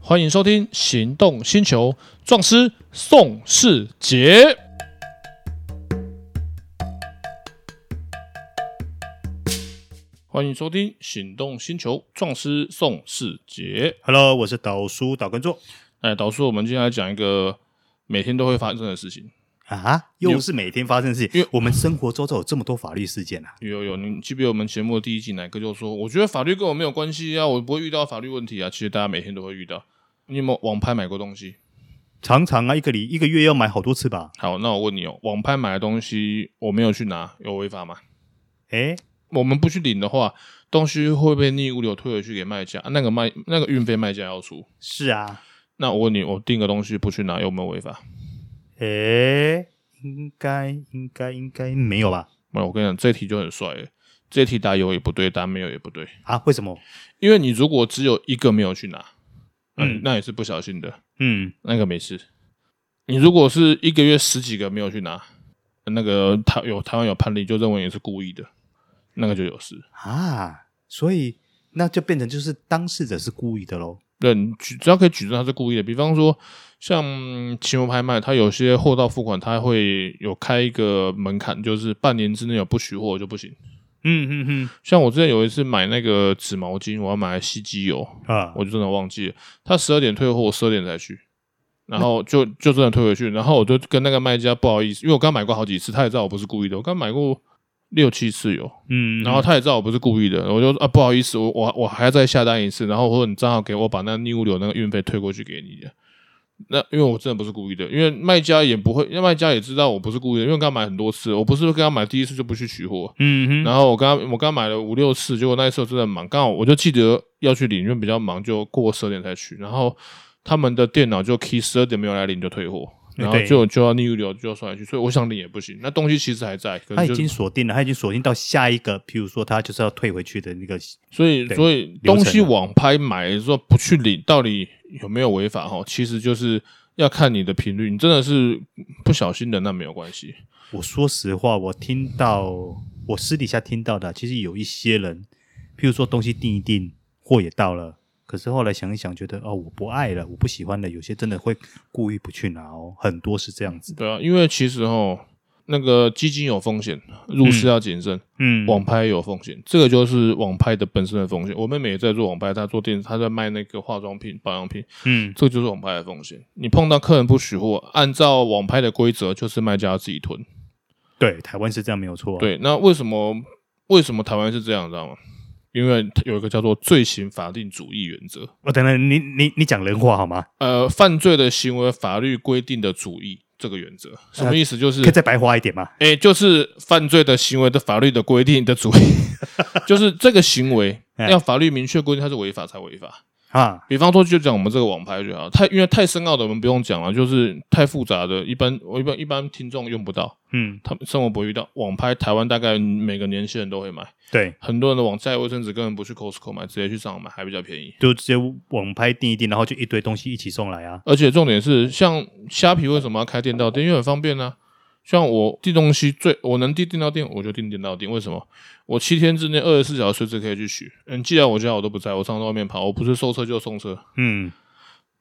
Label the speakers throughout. Speaker 1: 欢迎收听《行动星球》，壮师宋世杰。欢迎收听《行动星球》，壮师宋世杰。
Speaker 2: Hello，我是导叔导根座
Speaker 1: 哎，导叔，我们今天来讲一个每天都会发生的事情。
Speaker 2: 啊，又是每天发生的事
Speaker 1: 因
Speaker 2: 情
Speaker 1: 为。
Speaker 2: 我们生活周遭有这么多法律事件啊，
Speaker 1: 有有，你记不记得我们节目的第一集哪个就说，我觉得法律跟我没有关系啊，我不会遇到法律问题啊。其实大家每天都会遇到。你有没有网拍买过东西？
Speaker 2: 常常啊，一个礼一个月要买好多次吧？
Speaker 1: 好，那我问你哦，网拍买的东西我没有去拿，有违法吗？
Speaker 2: 哎、
Speaker 1: 我们不去领的话，东西会被逆物流退回去给卖家，啊那个卖那个运费卖家要出。
Speaker 2: 是啊，
Speaker 1: 那我问你，我订个东西不去拿，有没有违法？
Speaker 2: 哎、应该应该应该没有吧？
Speaker 1: 没有我跟你讲，这题就很帅了，这题答有也不对，答没有也不对，
Speaker 2: 啊，为什么？
Speaker 1: 因为你如果只有一个没有去拿，嗯
Speaker 2: 嗯，
Speaker 1: 那也是不小心的，
Speaker 2: 嗯，
Speaker 1: 那个没事。你如果是一个月十几个没有去拿，那个台有台湾有判例就认为你是故意的，那个就有事。
Speaker 2: 啊，所以那就变成就是当事者是故意的喽。
Speaker 1: 对，你举只要可以举证他是故意的，比方说像嗯期末拍卖，它有些货到付款，它会有开一个门槛，就是半年之内有不取货就不行。
Speaker 2: 嗯嗯
Speaker 1: 像我之前有一次买那个纸毛巾，我要买来吸机油，
Speaker 2: 嗯啊，
Speaker 1: 我就真的忘记了，他十二点退货，我十二点才去，然后就就真的退回去，然后我就跟那个卖家不好意思，因为我刚买过好几次，他也知道我不是故意的，我刚买过六七次有，
Speaker 2: 嗯，
Speaker 1: 然后他也知道我不是故意的，我就说啊不好意思，我我我还要再下单一次，然后我说你账号给我把那逆物流那个运费退过去给你的。那因为我真的不是故意的，因为卖家也不会，因为卖家也知道我不是故意的，因为我刚买很多次，我不是跟他买第一次就不去取货，
Speaker 2: 嗯
Speaker 1: 然后我刚我刚买了五六次，结果那一次我真的忙，刚好我就记得要去领，因为比较忙，就过十二点才去。然后他们的电脑就 key 十二点没有来领就退货，然后
Speaker 2: 哎对
Speaker 1: 就就要逆物流就要送来去，所以我想领也不行。那东西其实还在，可
Speaker 2: 他
Speaker 1: 能
Speaker 2: 已
Speaker 1: 就
Speaker 2: 经锁定了，他已经锁定到下一个，譬如说他就是要退回去的那个
Speaker 1: 所以
Speaker 2: 对
Speaker 1: 所以
Speaker 2: 流程
Speaker 1: 东
Speaker 2: 啊
Speaker 1: 西网拍买的时候不去领，到底有没有违法？哈，其实就是要看你的频率，你真的是不小心的那没有关系。
Speaker 2: 我说实话，我听到我私底下听到的，啊其实有一些人，譬如说东西订一订，货也到了，可是后来想一想，觉得哦，我不爱了，我不喜欢了，有些真的会故意不去拿哦，很多是这样子。
Speaker 1: 对啊，因为其实哈，那个基金有风险，入市要谨慎。
Speaker 2: 嗯
Speaker 1: 网拍有风险，这个就是网拍的本身的风险。我妹妹也在做网拍，她做电，她在卖那个化妆品、保养品，
Speaker 2: 嗯
Speaker 1: 这个就是网拍的风险。你碰到客人不取货，按照网拍的规则，就是卖家自己吞。
Speaker 2: 对，台湾是这样没有错、，啊
Speaker 1: 对，那为什么为什么台湾是这样，你知道吗？因为有一个叫做罪行法定主义原则，
Speaker 2: 我、哦等等，你你你讲人话好吗？
Speaker 1: 呃，犯罪的行为法律规定的主义这个原则，什么意思？就是、
Speaker 2: 呃可以再白话一点吗？
Speaker 1: 诶，就是犯罪的行为的法律的规定的主义， 就是这个行为
Speaker 2: 哎
Speaker 1: 要法律明确规定它是违法才违法。
Speaker 2: 啊，
Speaker 1: 比方说，就讲我们这个网拍就好，太因为太深奥的我们不用讲了，就是太复杂的，一般我一般一般听众用不到，
Speaker 2: 嗯，
Speaker 1: 他们生活不会遇到。网拍台湾大概每个年轻人都会买，
Speaker 2: 对，
Speaker 1: 很多人的网晒卫生纸根本不去 Costco 买，直接去上网买还比较便宜。
Speaker 2: 就直接网拍订一订，然后就一堆东西一起送来啊。
Speaker 1: 而且重点是，像虾皮为什么要开店到店？因为很方便啊。像我订东西最我能订店到店，我就订店到店。为什么？我七天之内二十四小时随时可以去取。嗯，既然我家我都不在，我常常到外面跑，我不是收车就送车。
Speaker 2: 嗯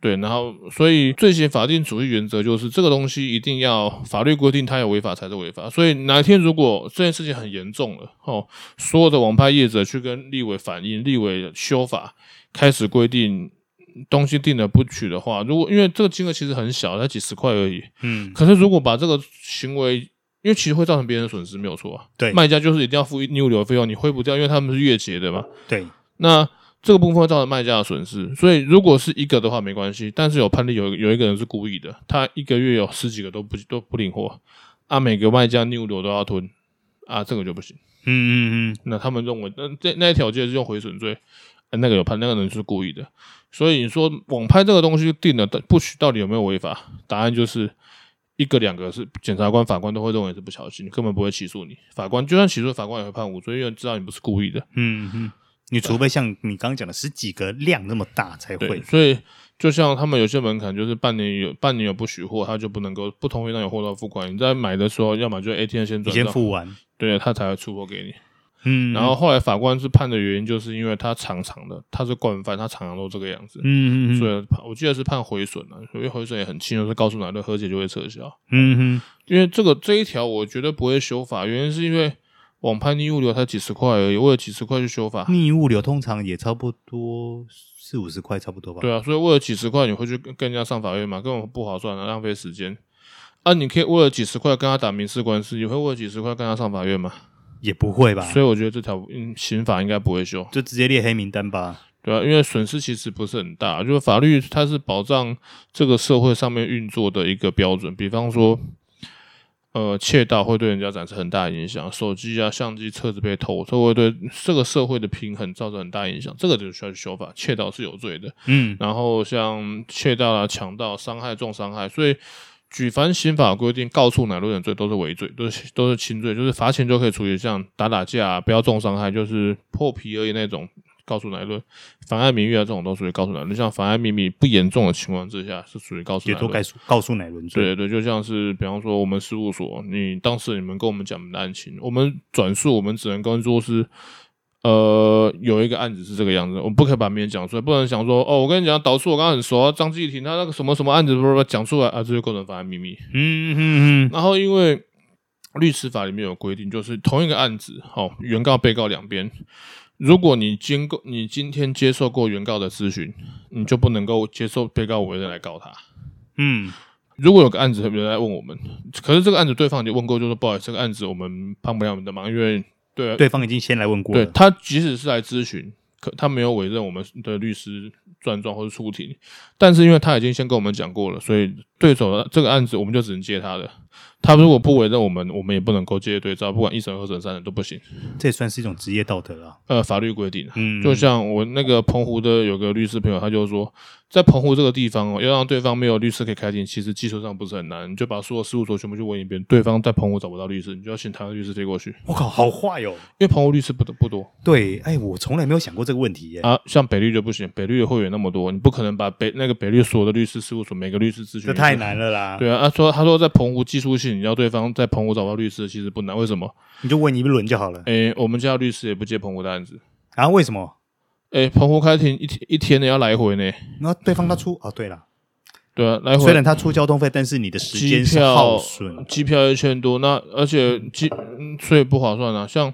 Speaker 1: 对，然后所以罪行法定主义原则就是这个东西一定要法律规定它有违法才是违法。所以哪一天如果这件事情很严重了，哦，所有的网拍业者去跟立委反映，立委修法开始规定东西定了不取的话，如果因为这个金额其实很小，才几十块而已，
Speaker 2: 嗯，
Speaker 1: 可是如果把这个行为，因为其实会造成别人的损失，没有错啊。
Speaker 2: 对
Speaker 1: 卖家就是一定要付逆物流费用，你挥不掉，因为他们是月结的嘛。
Speaker 2: 对，
Speaker 1: 那这个部分会造成卖家的损失，所以如果是一个的话没关系，但是有判例有有一个人是故意的，他一个月有十几个都不都不领货，啊，每个卖家逆流都要吞，啊，这个就不行。
Speaker 2: 嗯嗯嗯，
Speaker 1: 那他们认为那那那一条街是用毁损罪，呃那个有判那个人是故意的，所以你说网拍这个东西定了，但不许到底有没有违法？答案就是一个两个是检察官、法官都会认为是不小心，根本不会起诉你。法官就算起诉，法官也会判无罪，因为知道你不是故意的。
Speaker 2: 嗯嗯，你除非像你刚刚讲的十几个量那么大才
Speaker 1: 对，
Speaker 2: 会，
Speaker 1: 所以就像他们有些门槛，就是半年有半年有不许货，他就不能够不同意让你货到付款。你在买的时候，要么就 ATM 先
Speaker 2: 你
Speaker 1: 转
Speaker 2: 先
Speaker 1: 账，
Speaker 2: 付完。
Speaker 1: 对他才会出货给你。
Speaker 2: 嗯，
Speaker 1: 然后后来法官是判的原因，就是因为他常常的他是惯犯，他常常都这个样子，
Speaker 2: 嗯嗯
Speaker 1: 所
Speaker 2: 嗯
Speaker 1: 以判我记得是判回损了、所以回损也很轻，就是告诉哪队和解就会撤销。
Speaker 2: 嗯嗯
Speaker 1: 因为这个这一条我绝对不会修法，原因是因为网拍逆物流才几十块而已，为了几十块去修法
Speaker 2: 嗯，，逆物流通常也差不多四五十块，差不多吧。
Speaker 1: 对啊，所以为了几十块你会去跟跟人家上法院吗？根本不划算啊，浪费时间。啊，你可以为了几十块跟他打民事官司，你会为了几十块跟他上法院吗？
Speaker 2: 也不会吧？
Speaker 1: 所以我觉得这条嗯刑法应该不会修，
Speaker 2: 就直接列黑名单吧。
Speaker 1: 对啊，因为损失其实不是很大，啊就是法律它是保障这个社会上面运作的一个标准，比方说。呃，窃盗会对人家产生很大影响，手机啊、相机、车子被偷，这会对这个社会的平衡造成很大影响，这个就需要去修法。窃盗是有罪的，
Speaker 2: 嗯
Speaker 1: 然后像窃盗啊、强盗、伤害、重伤害，所以举凡刑法规定告诉乃论人罪都是违罪，都是都是轻罪，就是罚钱就可以处理，像打打架、啊、不要重伤害，就是破皮而已那种。告诉乃论， 妨碍名誉啊，这种都属于告诉乃论。像妨碍秘密不严重的情况之下，是属于告诉
Speaker 2: 也
Speaker 1: 乃
Speaker 2: 都
Speaker 1: 论。
Speaker 2: 该告诉乃伦罪。
Speaker 1: 对对，就像是比方说我们事务所，你当时你们跟我们讲你们的案情，我们转述，我们只能跟说是，呃，有一个案子是这个样子，我们不可以把别人讲出来，不能想说哦，我跟你讲，导数我刚刚很熟啊，张继廷他那个什么什么案子，不不不讲出来啊，这就构成妨碍秘密。
Speaker 2: 嗯嗯嗯
Speaker 1: 然后因为律师法里面有规定，就是同一个案子，好、原告、被告两边，如果你经过你今天接受过原告的咨询，你就不能够接受被告委任来告他。
Speaker 2: 嗯，
Speaker 1: 如果有个案子有人来问我们，可是这个案子对方已经问过，就说不好意思，这个案子我们帮不了你的忙，因为对啊
Speaker 2: 对方已经先来问过
Speaker 1: 对
Speaker 2: 了。
Speaker 1: 他即使是来咨询，可他没有委任我们的律师撰状或是出庭，但是因为他已经先跟我们讲过了，所以对手的这个案子我们就只能接他的。他如果不委任我们，我们也不能够接对照，不管一审、二审、三审都不行。
Speaker 2: 这也算是一种职业道德了。
Speaker 1: 呃，法律规定啊，
Speaker 2: 嗯，
Speaker 1: 就像我那个澎湖的有个律师朋友，他就说，在澎湖这个地方哦，要让对方没有律师可以开庭，其实技术上不是很难，你就把所有事务所全部去问一遍，对方在澎湖找不到律师，你就要请台湾律师飞过去，
Speaker 2: 我靠，好坏哟、
Speaker 1: 因为澎湖律师不不多
Speaker 2: 对，哎，我从来没有想过这个问题耶。
Speaker 1: 啊，像北律就不行，北律的会员那么多，你不可能把北那个北律所有的律师事务所每个律师咨询一
Speaker 2: 这
Speaker 1: 遍，
Speaker 2: 太难了啦！
Speaker 1: 对啊，他说他说在澎湖技术性，你要对方在澎湖找不到律师，其实不难，为什么？
Speaker 2: 你就问一轮就好了。
Speaker 1: 诶，我们家律师也不接澎湖的案子，
Speaker 2: 然后为什么？
Speaker 1: 诶，澎湖开庭一天一天的要来回呢，
Speaker 2: 然后对方他出哦，对了，
Speaker 1: 对啊，来回
Speaker 2: 虽然他出交通费，但是你的时
Speaker 1: 机
Speaker 2: 间是耗
Speaker 1: 票
Speaker 2: 损。
Speaker 1: 机票一千多，那而且机嗯所以不划算啊。像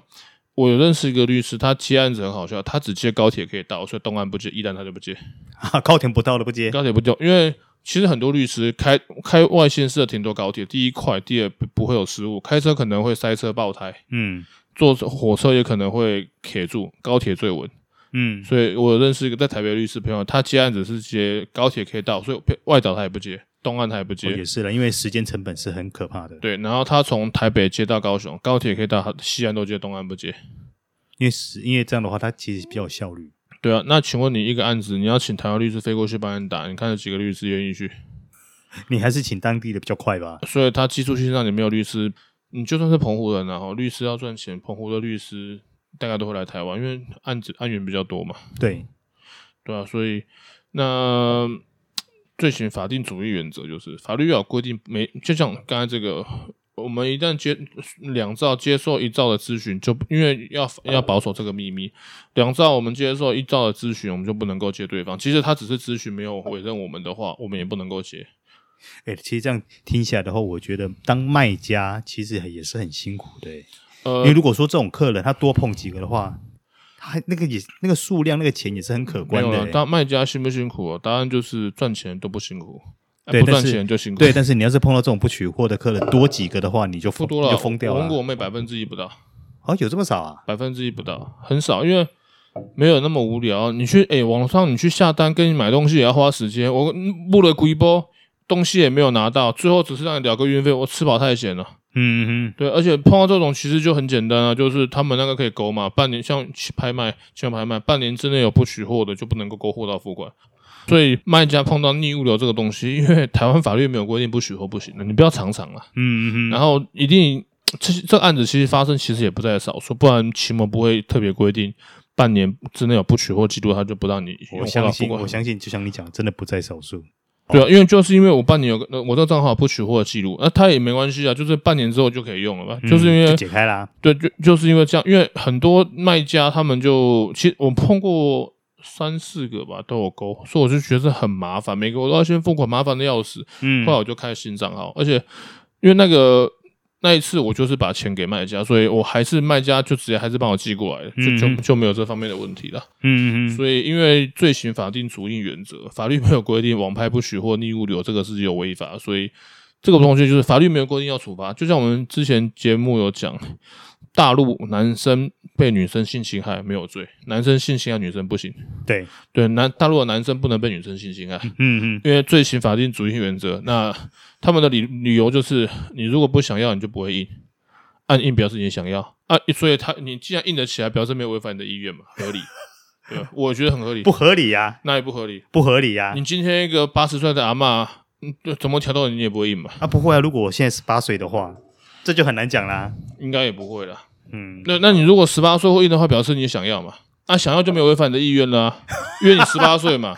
Speaker 1: 我有认识一个律师，他接案子很好笑，他只接高铁可以到，所以东岸不接，宜兰他就不接，
Speaker 2: 啊，高铁不到了不接。
Speaker 1: 高铁不接，因为其实很多律师开开外县市的挺多高铁，第一快，第二不不会有失误，开车可能会塞车爆胎，
Speaker 2: 嗯
Speaker 1: 坐火车也可能会卡住，高铁最稳。
Speaker 2: 嗯
Speaker 1: 所以我有认识一个在台北的律师朋友，他接案子是接高铁可以到，所以外岛他也不接，东岸他也不接，
Speaker 2: 也是了，因为时间成本是很可怕的，
Speaker 1: 对，然后他从台北接到高雄，高铁可以到西安都接，东安不接。
Speaker 2: 因为时因为这样的话，它其实比较有效率。
Speaker 1: 对啊，那请问你一个案子，你要请台湾律师飞过去帮你打，你看有几个律师愿意去？
Speaker 2: 你还是请当地的比较快吧。
Speaker 1: 所以他技术性上你没有律师，你就算是澎湖人、然后律师要赚钱，澎湖的律师大概都会来台湾，因为案子案源比较多嘛。
Speaker 2: 对，
Speaker 1: 对啊，所以那罪行法定主义原则就是法律要有规定每，就像刚才这个，我们一旦接两兆接受一兆的咨询，就因为要要保守这个秘密，两兆我们接受一兆的咨询，我们就不能够接对方。其实他只是咨询没有委任我们的话，我们也不能够接。
Speaker 2: 哎，其实这样听起来的话，我觉得当卖家其实也是很辛苦的欸。因
Speaker 1: 呃
Speaker 2: 为，如果说这种客人他多碰几个的话，他那个也那个数量那个钱也是很可
Speaker 1: 没
Speaker 2: 观
Speaker 1: 有
Speaker 2: 的
Speaker 1: 了，
Speaker 2: 欸。
Speaker 1: 当卖家辛不辛苦、哦？答案就是赚钱都不辛苦，哎
Speaker 2: 对
Speaker 1: 不赚
Speaker 2: 但是
Speaker 1: 钱就辛苦。
Speaker 2: 对，，但是你要是碰到这种不取货的客人多几个的话，你就
Speaker 1: 不
Speaker 2: 疯
Speaker 1: 多
Speaker 2: 你
Speaker 1: 了，
Speaker 2: 就疯掉
Speaker 1: 我
Speaker 2: 了
Speaker 1: 问过。我妹百分之一不到。
Speaker 2: 哦，有这么少啊？
Speaker 1: 百分之一不到，很少，因为没有那么无聊。你去哎、网上你去下单，跟你买东西也要花时间。我嗯布了一波，东西也没有拿到，最后只是让你聊个运费，我吃饱太闲了。
Speaker 2: 嗯嗯
Speaker 1: 对，而且碰到这种其实就很简单啊，就是他们那个可以勾嘛，半年像拍卖、像拍卖，半年之内有不取货的就不能够勾货到付款。所以卖家碰到逆物流这个东西，因为台湾法律没有规定不取货不行的，你不要常常啊。
Speaker 2: 嗯嗯
Speaker 1: 然后一定这这案子其实发生其实也不在少数，不然奇摩不会特别规定半年之内有不取货记录，他就不让你用
Speaker 2: 我
Speaker 1: 货到
Speaker 2: 相
Speaker 1: 付
Speaker 2: 信，我
Speaker 1: 款。
Speaker 2: 相信，就像你讲，真的不在少数。
Speaker 1: 对啊，因为就是因为我半年有个呃我这个账号有不取货的记录，那、他也没关系啊，就是半年之后就可以用了吧，
Speaker 2: 嗯
Speaker 1: 就是因为
Speaker 2: 就解开啦，
Speaker 1: 对，就就是因为这样，因为很多卖家他们就，其实我碰过三四个吧，都有勾，所以我就觉得很麻烦，每个我都要先付款，麻烦的要死。
Speaker 2: 嗯
Speaker 1: 后来我就开新账号，而且因为那个那一次我就是把钱给卖家，所以我还是卖家就直接还是帮我寄过来，就
Speaker 2: 嗯嗯
Speaker 1: 就就没有这方面的问题了。
Speaker 2: 嗯嗯嗯，
Speaker 1: 所以因为罪行法定主义原则，法律没有规定网拍不许或逆物流这个是有违法，所以这个东西就是法律没有规定要处罚。就像我们之前节目有讲，大陆男生被女生性侵害没有罪，男生性侵害女生不行。
Speaker 2: 对，
Speaker 1: 对，男大陆的男生不能被女生性侵害，
Speaker 2: 嗯嗯
Speaker 1: 因为罪行法定主义原则。那他们的理理由就是，你如果不想要，你就不会硬。按硬表示你想要啊，所以他你既然硬得起来，表示没有违反你的意愿嘛，合理。对 吧，我觉得很合理。
Speaker 2: 不合理呀、
Speaker 1: 那也不合理。
Speaker 2: 不合理呀、
Speaker 1: 你今天一个八十岁的阿嬷，嗯，就怎么挑逗你你也不会硬嘛，
Speaker 2: 啊，不会啊！如果我现在十八岁的话，这就很难讲啦。
Speaker 1: 应该也不会啦。
Speaker 2: 嗯，
Speaker 1: 那那你如果十八岁会硬的话，表示你想要嘛，那、想要就没有违反你的意愿啦、 因为你十八岁嘛，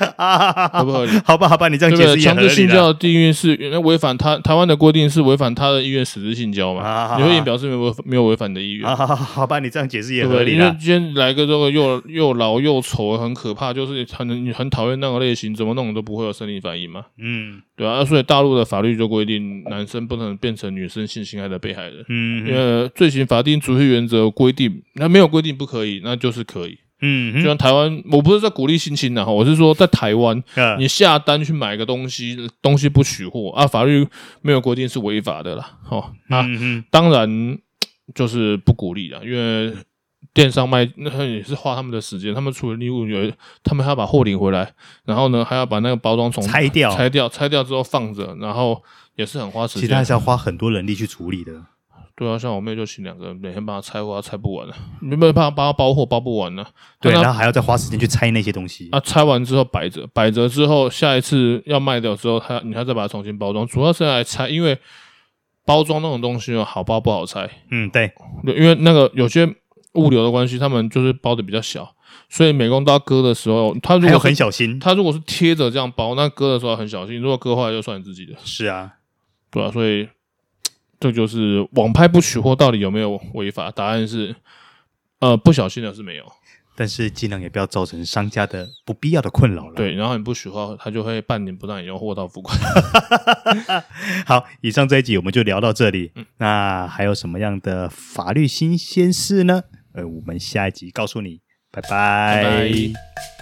Speaker 1: 合不合理？
Speaker 2: 好吧，好吧，你这
Speaker 1: 对
Speaker 2: 样
Speaker 1: 不对？
Speaker 2: 解释也
Speaker 1: 强
Speaker 2: 合
Speaker 1: 制
Speaker 2: 理
Speaker 1: 性
Speaker 2: 了。
Speaker 1: 交的定义是那违反他台湾的规定是违反他的意愿实质性交嘛？
Speaker 2: 啊
Speaker 1: 你会硬表示没有违没有违反你的意愿
Speaker 2: 啊，。 好好好吧，你这样解释也
Speaker 1: 对不
Speaker 2: 合
Speaker 1: 对？
Speaker 2: 理
Speaker 1: 因为
Speaker 2: 啦。
Speaker 1: 今天来个这个又又老又丑，很可怕，就是很你很讨厌那个类型，怎么弄都不会有生理反应嘛。
Speaker 2: 嗯
Speaker 1: 对啊，所以大陆的法律就规定，男生不能变成女生性侵害的被害人，
Speaker 2: 嗯
Speaker 1: 因
Speaker 2: 嗯
Speaker 1: 为罪行法定主义原则有规定，那没有规定不可以，那就是可以。就
Speaker 2: 嗯
Speaker 1: 像台湾，我不是在鼓励性侵的哈，我是说在台湾，
Speaker 2: 嗯，
Speaker 1: 你下单去买个东西，东西不取货啊，法律没有规定是违法的啦。哦，那、
Speaker 2: 嗯嗯
Speaker 1: 当然就是不鼓励啦，因为。电商卖那也是花他们的时间，他们除了利物有，他们还要把货领回来，然后呢还要把那个包装从
Speaker 2: 拆掉，
Speaker 1: 拆掉，拆掉之后放着，然后也是很花时
Speaker 2: 其实它还
Speaker 1: 间。
Speaker 2: 是要花很多人力去处理的。
Speaker 1: 对啊，像我妹就请两个人每天帮她拆货，她拆不完了、没办法帮她包货，包不完呢、
Speaker 2: 对，
Speaker 1: 那
Speaker 2: 然后还要再花时间去拆那些东西。
Speaker 1: 啊，拆完之后摆着，摆着之后下一次要卖掉之后，她你还再把它重新包装，主要是来拆，因为包装那种东西哦，好包不好拆，
Speaker 2: 嗯，对，
Speaker 1: 对因为那个有些物流的关系，他们就是包的比较小，所以美工刀割的时候，他如
Speaker 2: 还要
Speaker 1: 果
Speaker 2: 很
Speaker 1: 是
Speaker 2: 小心。
Speaker 1: 他如果是贴着这样包，那割的时候要很小心，如果割坏了就算你自己的。
Speaker 2: 是啊，
Speaker 1: 对啊，所以这就是网拍不取货到底有没有违法？答案是，呃，不小心的是没有。
Speaker 2: 但是尽量也不要造成商家的不必要的困扰了。，
Speaker 1: 对，然后你不取货，他就会半年不让你用，货到付款。
Speaker 2: 好，以上这一集我们就聊到这里。那还有什么样的法律新鲜事呢？呃，我们下一集告诉你。拜
Speaker 1: 拜拜